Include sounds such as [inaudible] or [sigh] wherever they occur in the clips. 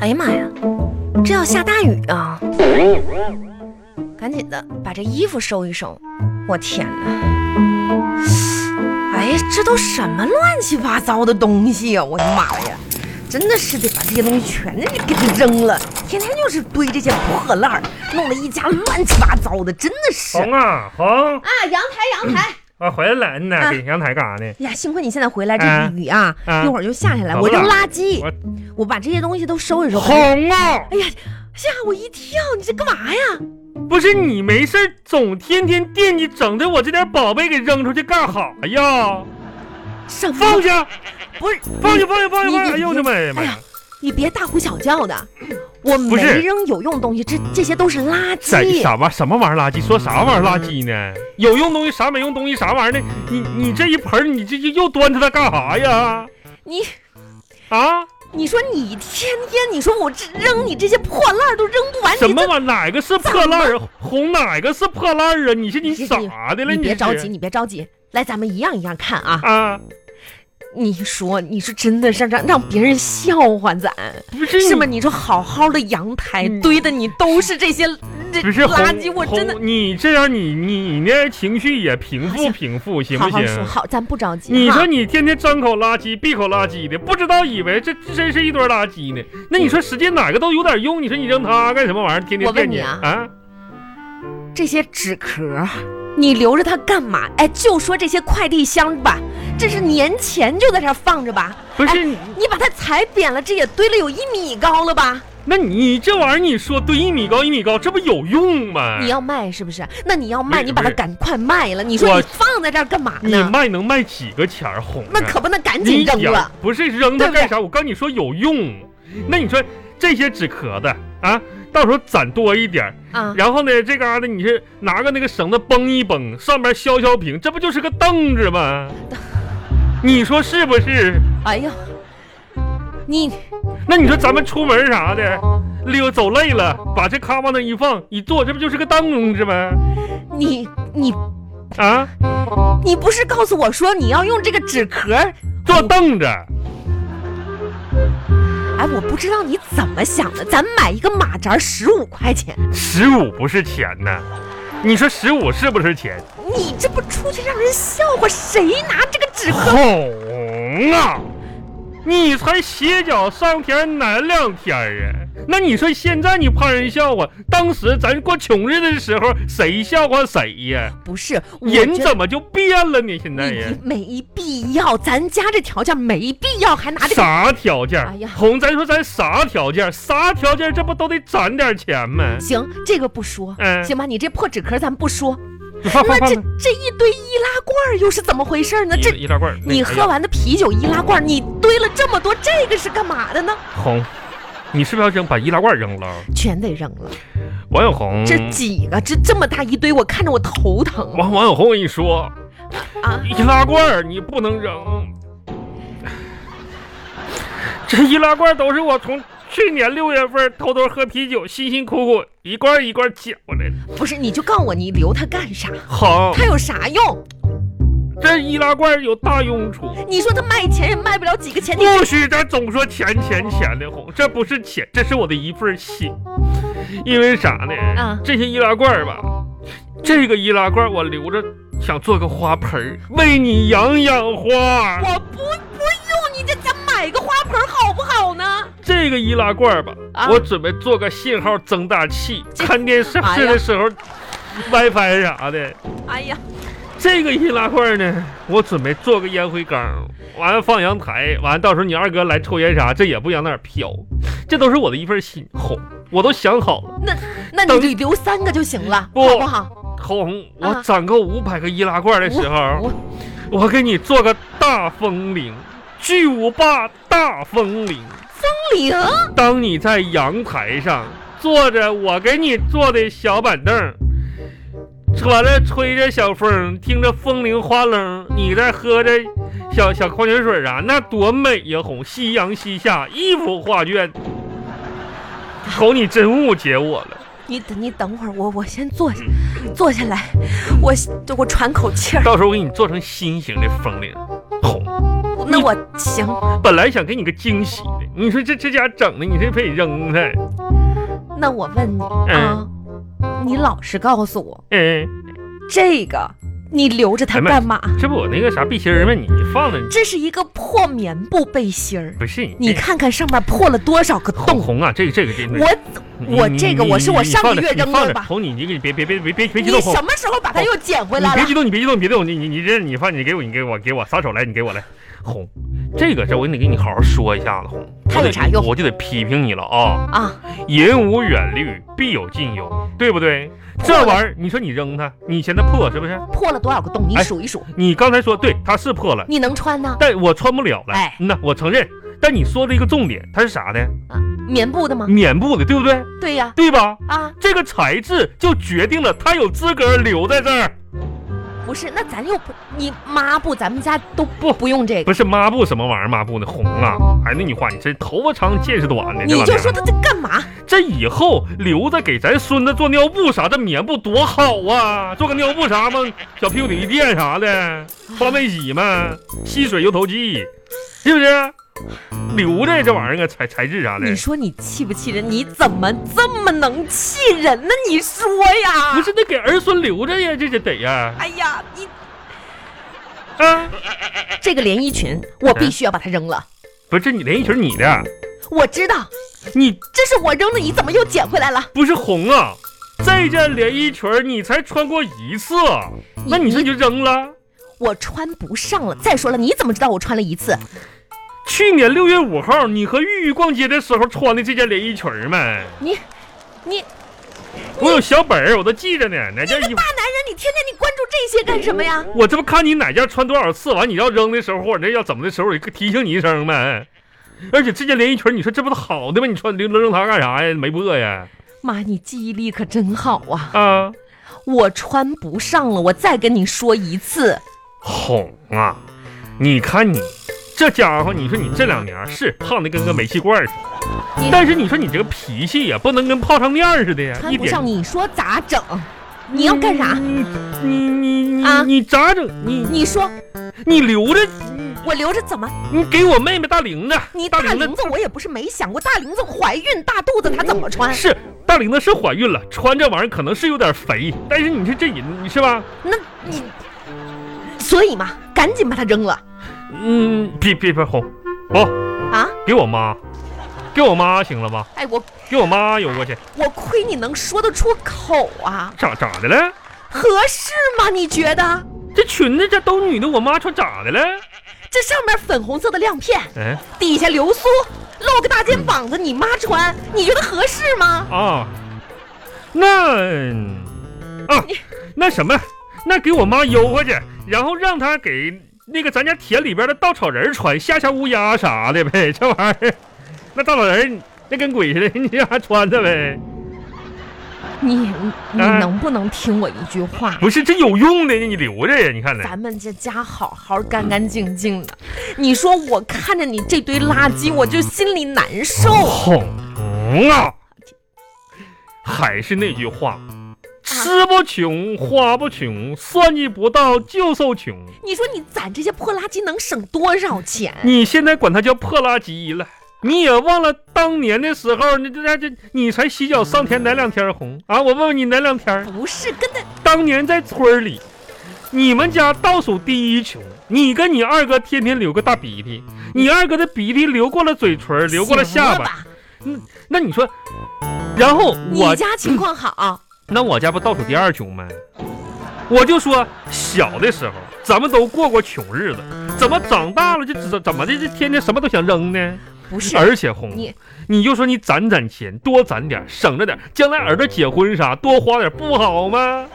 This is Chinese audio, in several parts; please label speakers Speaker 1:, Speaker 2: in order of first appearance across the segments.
Speaker 1: 哎要下大雨啊！赶紧的把这衣服收一收。我天哪！哎呀，这都什么乱七八糟的东西呀、我的妈呀，真的是得把这些东西全给给它扔了。天天就是堆这些破烂儿，弄了一家乱七八糟的，真的是。
Speaker 2: 红啊红
Speaker 1: 啊，阳台阳台。
Speaker 2: 啊，回来了，你
Speaker 1: 啊
Speaker 2: 呢？给阳台干啥呢？
Speaker 1: 呀，幸亏你现在回来，
Speaker 2: 啊
Speaker 1: 这雨啊，
Speaker 2: 啊
Speaker 1: 一会儿就下下来。
Speaker 2: 怎么
Speaker 1: 我扔
Speaker 2: 了
Speaker 1: 垃圾，我
Speaker 2: 我
Speaker 1: 把这些东西都收拾收拾。
Speaker 2: 红啊，
Speaker 1: 哎呀，吓我一跳！你这干嘛呀？
Speaker 2: 不是你没事儿总天天惦记，整的我这点宝贝给扔出去干啥呀？
Speaker 1: 什么？
Speaker 2: 放下，
Speaker 1: 不是，
Speaker 2: 放下，放下，放下，
Speaker 1: 你
Speaker 2: 放
Speaker 1: 你
Speaker 2: 下！哎呦我的妈呀妈
Speaker 1: 哎
Speaker 2: 呀
Speaker 1: 呀！，你别大呼小叫的，我
Speaker 2: 不
Speaker 1: 没
Speaker 2: 是嗯
Speaker 1: 扔有用东西，这这些都是垃
Speaker 2: 在
Speaker 1: 圾。
Speaker 2: 什么什么玩意儿垃圾？说啥玩意儿垃圾呢？有用东西啥没用东西啥玩意儿呢？你你这一盆儿，你这又端着它干啥呀？
Speaker 1: 你哎
Speaker 2: 啊？
Speaker 1: 你说你天天你说我这扔你这些破烂儿都扔不完，
Speaker 2: 什
Speaker 1: 你
Speaker 2: 么
Speaker 1: 这
Speaker 2: 玩意儿？哪个是破烂儿？啊红哪个是破烂儿啊？你是你
Speaker 1: 你
Speaker 2: 咋的了？
Speaker 1: 你别
Speaker 2: 是
Speaker 1: 着急，你别着急，来咱们一样一样看啊。
Speaker 2: 啊！
Speaker 1: 你说你是真的是让让别人笑话咱。
Speaker 2: 不是
Speaker 1: 是吗？
Speaker 2: 你？
Speaker 1: 你说好好的阳台
Speaker 2: 嗯
Speaker 1: 堆的你都是这些这
Speaker 2: 不是
Speaker 1: 垃
Speaker 2: 红
Speaker 1: 圾，我真的
Speaker 2: 红你这样你你你那情绪也平
Speaker 1: 好
Speaker 2: 复
Speaker 1: 行
Speaker 2: 平复，行
Speaker 1: 好
Speaker 2: 不
Speaker 1: 好
Speaker 2: 行？
Speaker 1: 说好，咱不着急。
Speaker 2: 你
Speaker 1: 哈
Speaker 2: 说你天天张口垃圾闭口垃圾的，不知道以为这这真是一堆垃圾呢。那你说时间哪个都有点用，你说你扔它干什么玩意儿？天天
Speaker 1: 我问
Speaker 2: 惦
Speaker 1: 你
Speaker 2: 记
Speaker 1: 啊
Speaker 2: 啊！
Speaker 1: 这些纸壳，啊你留着它干嘛？哎，就说这些快递箱吧，这是年前就在这儿放着吧？
Speaker 2: 不
Speaker 1: 哎
Speaker 2: 是你，
Speaker 1: 你把它踩扁了，这也堆了有一米高了吧？
Speaker 2: 那你这玩意儿你说堆一米高一米高，这不有用吗？
Speaker 1: 你要卖是不是？那你要卖，
Speaker 2: 哎不是
Speaker 1: 你把它
Speaker 2: 不是
Speaker 1: 赶快卖了。你说
Speaker 2: 我
Speaker 1: 你放在这儿干嘛
Speaker 2: 你
Speaker 1: 呢？
Speaker 2: 卖能卖几个钱儿红啊？
Speaker 1: 那可不能赶
Speaker 2: 你
Speaker 1: 紧扔
Speaker 2: 养
Speaker 1: 了。
Speaker 2: 不是扔
Speaker 1: 对
Speaker 2: 它
Speaker 1: 不对
Speaker 2: 干啥？我跟你说有用。那你说这些纸壳子啊，到时候攒多一点儿，
Speaker 1: 啊！
Speaker 2: 然后呢，这嘎达你是拿个那个绳子绷一绷，上面削削平，这不就是个凳子吗？你说是不是？
Speaker 1: 哎呀，你
Speaker 2: 那你说咱们出门啥的，溜走累了，把这咔往那一放，一坐，这不就是个凳子吗？
Speaker 1: 你你
Speaker 2: 啊，
Speaker 1: 你不是告诉我说你要用这个纸壳儿
Speaker 2: 坐凳子。
Speaker 1: 哎，我不知道你怎么想的，咱买一个马扎十五块钱，
Speaker 2: 十五不是钱呢，你说十五是不是钱？
Speaker 1: 你这不出去让人笑话，谁拿这个纸盒？
Speaker 2: 红啊！你才斜脚上天难两天儿啊！那你说现在你怕人笑话，当时咱过穷日子的时候，谁笑话谁呀？
Speaker 1: 不是，我
Speaker 2: 人
Speaker 1: 觉得
Speaker 2: 怎么就变了呢？现在哎呀
Speaker 1: 你，没必要，咱家这条件没必要，还拿这个。
Speaker 2: 啥条件
Speaker 1: 哎呀？
Speaker 2: 红，咱说咱啥条件？啥条件？这不都得攒点钱吗？
Speaker 1: 行，这个不说，
Speaker 2: 嗯
Speaker 1: 行吧？你这破纸壳咱不说，
Speaker 2: 你放
Speaker 1: 那
Speaker 2: 放放
Speaker 1: 这，这一堆易拉罐儿又是怎么回事呢？
Speaker 2: 一
Speaker 1: 这
Speaker 2: 一大罐儿。那
Speaker 1: 你
Speaker 2: 个哎呀
Speaker 1: 喝完的啤酒易拉罐儿，你堆了这么多，这个是干嘛的呢？
Speaker 2: 红，你是不是要扔把易拉罐扔了？
Speaker 1: 全得扔了，
Speaker 2: 王小红，
Speaker 1: 这几个，这这么大一堆，我看着我头疼
Speaker 2: 王王小红，我跟你说，
Speaker 1: 啊！
Speaker 2: 易拉罐儿你不能扔，这易拉罐儿都是我从去年六月份偷偷喝啤酒，辛辛苦苦一罐儿一罐儿捡回来的。
Speaker 1: 不是，你就告诉我你留它干啥？
Speaker 2: 哦好，
Speaker 1: 它有啥用？
Speaker 2: 这易拉罐儿有大用处，
Speaker 1: 你说它卖钱也卖不了几个钱，你
Speaker 2: 不许咱总说钱钱钱的红，这不是钱，这是我的一份心。因为啥呢？
Speaker 1: 啊
Speaker 2: 这些易拉罐儿吧，这个易拉罐儿我留着想做个花盆儿，为你养养花。
Speaker 1: 我不不用你这，咱买个花盆好不好呢？
Speaker 2: 这个易拉罐吧，
Speaker 1: 啊
Speaker 2: 我准备做个信号增大器，
Speaker 1: 这
Speaker 2: 看电视
Speaker 1: 哎呀
Speaker 2: 的时候、WiFi 啥的。
Speaker 1: 哎呀，
Speaker 2: 这个易拉罐呢，我准备做个烟灰缸，完了放阳台，完了到时候你二哥来抽烟啥，这也不往哪儿飘，这都是我的一份心红，我都想好了，
Speaker 1: 那那
Speaker 2: 等
Speaker 1: 你留三个就行了，
Speaker 2: 不
Speaker 1: 好不好？
Speaker 2: 红，
Speaker 1: 啊
Speaker 2: 我攒够五百个易拉罐的时候，
Speaker 1: 我
Speaker 2: 我给你做个大风铃，巨无霸大风铃。
Speaker 1: 风铃，
Speaker 2: 当你在阳台上坐着我给你做的小板凳儿，完了吹着小风，听着风铃哗楞，你在喝着小小矿泉水啊，那多美呀！红，夕阳西下，一幅画卷。红，你真误解我了。
Speaker 1: 你等你等会儿，我我先坐下，
Speaker 2: 嗯
Speaker 1: 坐下来，我我喘口气儿。
Speaker 2: 到时候我给你做成心形的风铃。红，
Speaker 1: 那我行，
Speaker 2: 本来想给你个惊喜的，你说这这家整的，你这非得扔它。
Speaker 1: 那我问你啊，你老实告诉我，
Speaker 2: 嗯，
Speaker 1: 这个你留着它
Speaker 2: 哎妈
Speaker 1: 干嘛？
Speaker 2: 这不我那个啥背心儿吗？你放了，
Speaker 1: 这是一个破棉布背心儿，
Speaker 2: 不是你
Speaker 1: 你看看上面破了多少个
Speaker 2: 红
Speaker 1: 洞。
Speaker 2: 红啊，这个这个这个，
Speaker 1: 我我这个我是我上个月扔
Speaker 2: 的
Speaker 1: 的吧
Speaker 2: 红你你你别别别别别别
Speaker 1: 你
Speaker 2: 激动，红
Speaker 1: 什么时候把它又捡回
Speaker 2: 你
Speaker 1: 来
Speaker 2: 别
Speaker 1: 了
Speaker 2: 激？动，你别激动，别激动，你你你这你放你给我你给我给我撒手来，你给我来，红，这个事儿我得给你好好说一下子，红，
Speaker 1: 它有啥用
Speaker 2: 我就得批评你了啊！
Speaker 1: 啊，
Speaker 2: 人无远虑，必有近忧，对不对？这玩意儿，你说你扔它，你嫌它破是不是？
Speaker 1: 破了多少个洞？你
Speaker 2: 哎
Speaker 1: 数一数，
Speaker 2: 你刚才说对，它是破了，
Speaker 1: 你能穿呢？
Speaker 2: 但我穿不了了。
Speaker 1: 哎
Speaker 2: 嗯呐，我承认。但你说的一个重点，它是啥呢？
Speaker 1: 啊棉布的吗？
Speaker 2: 棉布的，对不对？
Speaker 1: 对呀，
Speaker 2: 对吧？
Speaker 1: 啊，
Speaker 2: 这个材质就决定了它有资格留在这儿，
Speaker 1: 不是，那咱又不，你抹布，咱们家都
Speaker 2: 不
Speaker 1: 不不用这个，
Speaker 2: 不是抹布什么玩意儿，抹布呢？红啊！哎，那你话你这头发长见识短呢，这
Speaker 1: 你
Speaker 2: 老
Speaker 1: 就
Speaker 2: 娘
Speaker 1: 说他这干嘛？
Speaker 2: 这以后留着给咱孙子做尿布啥，这棉布多好啊！做个尿布啥嘛，小屁股底一垫啥的，方便洗嘛，吸水又投机，是不是？留着这玩意儿啊，材材质啥的
Speaker 1: 你，说你气不气人？你怎么这么能气人呢？你说呀？
Speaker 2: 不是，那给儿孙留着呀，这这得呀
Speaker 1: 哎呀，你
Speaker 2: 啊！
Speaker 1: 这个连衣裙，我必须要把它扔了。
Speaker 2: 不是这你连衣裙你的，
Speaker 1: 我知道，
Speaker 2: 你
Speaker 1: 这是我扔的，你怎么又捡回来了？
Speaker 2: 不是红啊？这件连衣裙你才穿过一次，那你说你就扔了？
Speaker 1: 我穿不上了。再说了，你怎么知道我穿了一次？
Speaker 2: 哎去年六月五号，你和玉玉逛街的时候穿的这件连衣裙儿嘛，
Speaker 1: 你，你
Speaker 2: 我有小本儿，我都记着呢。哪件衣服？
Speaker 1: 大男人，你天天你关注这些干什么呀？
Speaker 2: 我这不看你哪件穿多少次，完你要扔的时候或者要怎么的时候，我就提醒你一声呗。而且这件连衣裙儿，你说这不都好的吗？你穿扔扔它干啥呀？没破呀？
Speaker 1: 妈，你记忆力可真好啊！
Speaker 2: 啊，
Speaker 1: 我穿不上了，我再跟你说一次，
Speaker 2: 哄啊！你看你这家伙，你说你这两年是胖的跟个煤气罐儿似的
Speaker 1: 你，
Speaker 2: 但是你说你这个脾气呀，不能跟泡汤面儿似的呀，
Speaker 1: 穿
Speaker 2: 一
Speaker 1: 不
Speaker 2: 点嗯
Speaker 1: 上，你说咋整？你要干啥？
Speaker 2: 你你你你、
Speaker 1: 啊
Speaker 2: 你咋整？你
Speaker 1: 你说
Speaker 2: 你留着，
Speaker 1: 我留着怎么？
Speaker 2: 你给我妹妹大玲子。
Speaker 1: 你大
Speaker 2: 玲
Speaker 1: 玲子我也不是没想过，大玲子怀孕大肚子她怎么穿？
Speaker 2: 是大玲子是怀孕了，穿这玩意儿可能是有点肥，但是你说这人你是吧？
Speaker 1: 那你，所以嘛，赶紧把它扔了
Speaker 2: 嗯，别别别哄，我
Speaker 1: 啊！
Speaker 2: 给我妈，给我妈行了吧？
Speaker 1: 哎，我
Speaker 2: 给我妈邮过去，
Speaker 1: 我亏你能说得出口啊，
Speaker 2: 咋咋的了？
Speaker 1: 合适吗？你觉得
Speaker 2: 这裙子这都女的，我妈穿咋的了？
Speaker 1: 这上面粉红色的亮片，
Speaker 2: 嗯、
Speaker 1: 底下流苏，露个大肩膀子，你妈穿，你觉得合适吗？
Speaker 2: 啊，那啊，那什么，那给我妈邮过去，然后让她给那个咱家田里边的稻草人穿，吓吓乌鸦啥的呗，这玩意儿，那稻草人那跟鬼似的，你让他穿着呗。
Speaker 1: 你你
Speaker 2: 哎
Speaker 1: 能不能听我一句话？
Speaker 2: 不是，这有用的，你留着呀，你看呢？
Speaker 1: 咱们这家好好干干净净的，你说我看着你这堆垃圾，我就心里难受。
Speaker 2: 哦哄啊！还是那句话，吃不穷，花不穷，算计不到就受穷。
Speaker 1: 你说你攒这些破垃圾能省多少钱？
Speaker 2: 你现在管它叫破垃圾了，你也忘了当年的时候，那这这你才洗脚上天哪两天红啊？我问问你哪两天？
Speaker 1: 不是跟那
Speaker 2: 当年在村儿里，你们家倒数第一穷，你跟你二哥天天流个大鼻涕，你二哥的鼻涕流过了嘴唇，流过了
Speaker 1: 行
Speaker 2: 下巴。
Speaker 1: 吧？
Speaker 2: 那你说，然后
Speaker 1: 你
Speaker 2: 我
Speaker 1: 家情况
Speaker 2: [clears throat]
Speaker 1: 好，
Speaker 2: 那我家不倒数第二穷吗？我就说小的时候咱们都过过穷日子，怎么长大了就怎怎么的这天天什么都想扔呢？
Speaker 1: 不是
Speaker 2: 而且红，
Speaker 1: 你
Speaker 2: 你就说你攒攒钱，多攒点，省着点，将来儿子结婚啥多花点不好吗？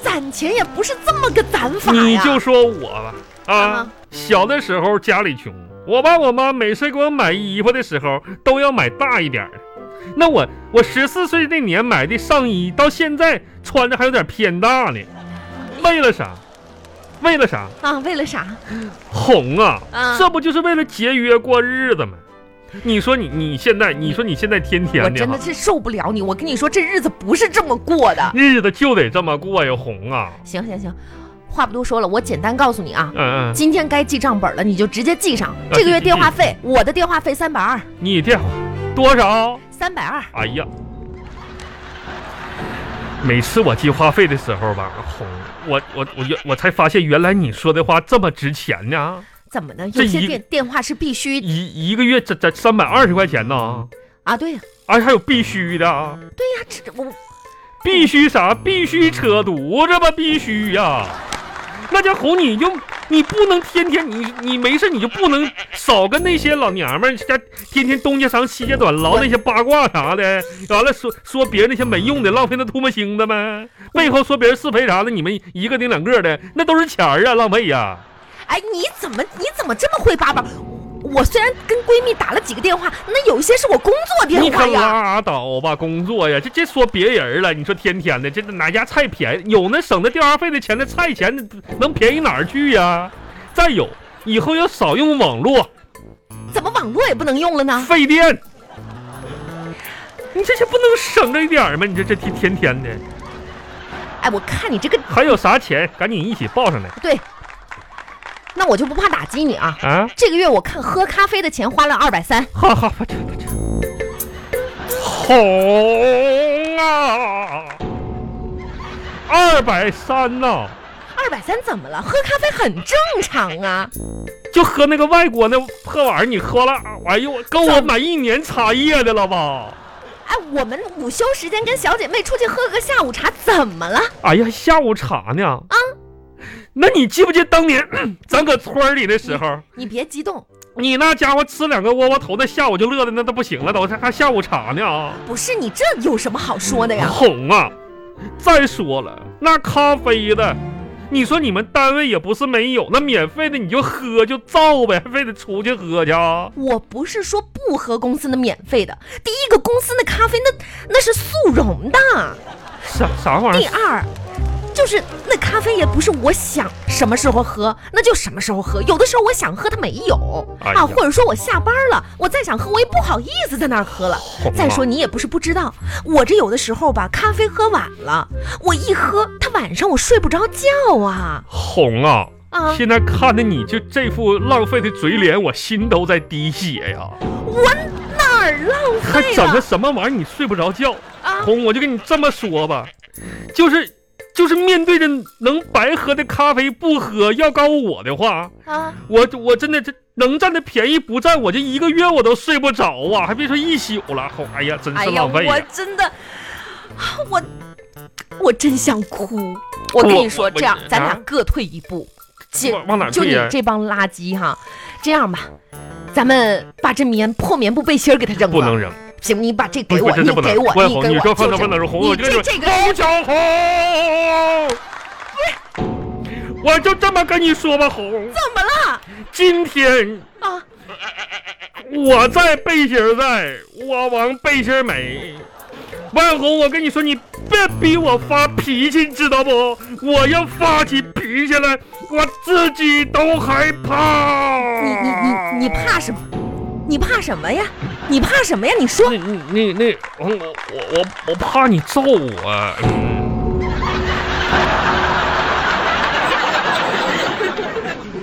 Speaker 1: 攒钱也不是这么个攒法呀。
Speaker 2: 你就说我吧，啊，
Speaker 1: 啊
Speaker 2: 小的时候家里穷，我爸我妈每次给我买衣服的时候都要买大一点儿的。那我我十四岁那年买的上衣，到现在穿着还有点偏大呢。为了啥？为了啥？
Speaker 1: 啊，为了啥？
Speaker 2: 红啊！
Speaker 1: 啊
Speaker 2: 这不就是为了节约过日子吗？你说你你现在，你说你现在天天
Speaker 1: 我
Speaker 2: 的
Speaker 1: 真的
Speaker 2: 哈
Speaker 1: 是受不了你。我跟你说，这日子不是这么过的。
Speaker 2: 日子就得这么过呀，红啊！
Speaker 1: 行行行，话不多说了，我简单告诉你啊。
Speaker 2: 嗯嗯，
Speaker 1: 今天该记账本了，你就直接记上。这个月
Speaker 2: 啊记记记
Speaker 1: 电话费，我的电话费三百二，
Speaker 2: 你电话多少？
Speaker 1: 三百二。
Speaker 2: 哎呀，每次我记话费的时候吧，红，我我我原我才发现原来你说的话这么值钱呢。
Speaker 1: 怎么呢？
Speaker 2: 这
Speaker 1: 有些
Speaker 2: 一
Speaker 1: 电电话是必须的
Speaker 2: 一一个月这这三百二十块钱呢，
Speaker 1: 啊，对呀、
Speaker 2: 而且还有必须的，啊，
Speaker 1: 对呀、这我
Speaker 2: 必须啥？必须扯犊子吧，必须呀、那家伙你就你不能天天你你没事你就不能少跟那些老娘们儿家天天东家长西家短唠那些八卦啥的，完了说说别人那些没用的浪费那唾沫星子呗，背后说别人是非啥的，你们一个顶两个的，那都是钱儿啊，浪费呀、
Speaker 1: 哎，你怎么你怎么这么会叭叭？我虽然跟闺蜜打了几个电话，那有一些是我工作电
Speaker 2: 你
Speaker 1: 话
Speaker 2: 可
Speaker 1: 呀。
Speaker 2: 拉倒吧，工作呀，这这说别人了，你说天天的，这哪家菜便宜？有那省那电话费的钱，那菜钱能便宜哪儿去呀？再有，以后要少用网络，
Speaker 1: 怎么网络也不能用了呢？
Speaker 2: 费电。你这些不能省着一点儿吗？你这这天天天的，
Speaker 1: 哎，我看你这个 [laughs]
Speaker 2: 还有啥钱？赶紧一起报上来
Speaker 1: 对，那我就不怕打击你啊。
Speaker 2: 啊！
Speaker 1: 这个月我看喝咖啡的钱花了二百三，
Speaker 2: 哈哈，我这我这红啊，二百三呐、
Speaker 1: 二百三怎么了？喝咖啡很正常啊。
Speaker 2: 就喝那个外国那破玩意儿，你喝了，哎呦，够我买一年茶叶的了吧？
Speaker 1: 哎，我们午休时间跟小姐妹出去喝个下午茶，怎么了？
Speaker 2: 哎呀，下午茶呢？啊，那你记不记得当年 [clears throat] 咱搁村儿里的时候，
Speaker 1: 你别激动，
Speaker 2: 你那家伙吃两个窝窝头，那下午就乐的那都不行了，都还下午茶呢啊？
Speaker 1: 不是你这有什么好说的呀？
Speaker 2: 红啊！再说了，那咖啡的，你说你们单位也不是没有，那免费的你就喝就造呗，还非得出去喝去啊？
Speaker 1: 我不是说不喝公司的免费的，第一个公司的咖啡那那是速溶的，
Speaker 2: 啥啥玩意
Speaker 1: 第
Speaker 2: 儿？
Speaker 1: 二就是那咖啡也不是我想什么时候喝那就什么时候喝，有的时候我想喝它没有、
Speaker 2: 哎呀
Speaker 1: 啊，或者说我下班了，我再想喝我也不好意思在那儿喝了。
Speaker 2: 红啊
Speaker 1: 再说你也不是不知道，我这有的时候吧，咖啡喝晚了，我一喝它晚上我睡不着觉啊
Speaker 2: 红啊！
Speaker 1: 啊！
Speaker 2: 现在看着你就这副浪费的嘴脸，我心都在滴血呀！
Speaker 1: 我哪儿浪
Speaker 2: 还
Speaker 1: 费
Speaker 2: 整个
Speaker 1: 了
Speaker 2: 什么玩意儿？你睡不着觉，
Speaker 1: 啊？
Speaker 2: 红，我就跟你这么说吧，就是就是面对着能白喝的咖啡不喝，要告我的话，
Speaker 1: 啊
Speaker 2: 我我真的这能占的便宜不占，我这一个月我都睡不着啊，还别说一宿了，红，哎呀，真
Speaker 1: 哎
Speaker 2: 是
Speaker 1: 呀，
Speaker 2: 浪费呀
Speaker 1: 我真的，我我真想哭。我跟你说，
Speaker 2: 我
Speaker 1: 这样
Speaker 2: 我
Speaker 1: 咱俩
Speaker 2: 啊
Speaker 1: 各退一步，姐，
Speaker 2: 往往哪
Speaker 1: 就
Speaker 2: 退
Speaker 1: 你
Speaker 2: 呀
Speaker 1: 这帮垃圾哈，这样吧。咱们把这棉破棉布背心儿给它扔了，
Speaker 2: 不能扔，
Speaker 1: 行？你把这
Speaker 2: 不
Speaker 1: 给我，
Speaker 2: 不这
Speaker 1: 你
Speaker 2: 这不能
Speaker 1: 给我，
Speaker 2: 不
Speaker 1: 你
Speaker 2: 红，
Speaker 1: 给
Speaker 2: 你
Speaker 1: 我，
Speaker 2: 说放
Speaker 1: 就
Speaker 2: 哪放哪红，
Speaker 1: 你
Speaker 2: 我
Speaker 1: 这这个
Speaker 2: 包小红，我就这么跟你说吧，红。
Speaker 1: 怎么了
Speaker 2: 今天
Speaker 1: 啊？
Speaker 2: 我在背心儿在，我王背心儿没。万红，我跟你说，你别逼我发脾气，知道不？我要发起脾气来，我自己都害怕。
Speaker 1: 你你你你怕什么？你怕什么呀？你怕什么呀？你说
Speaker 2: 那那那那，我我我我我怕你揍我。嗯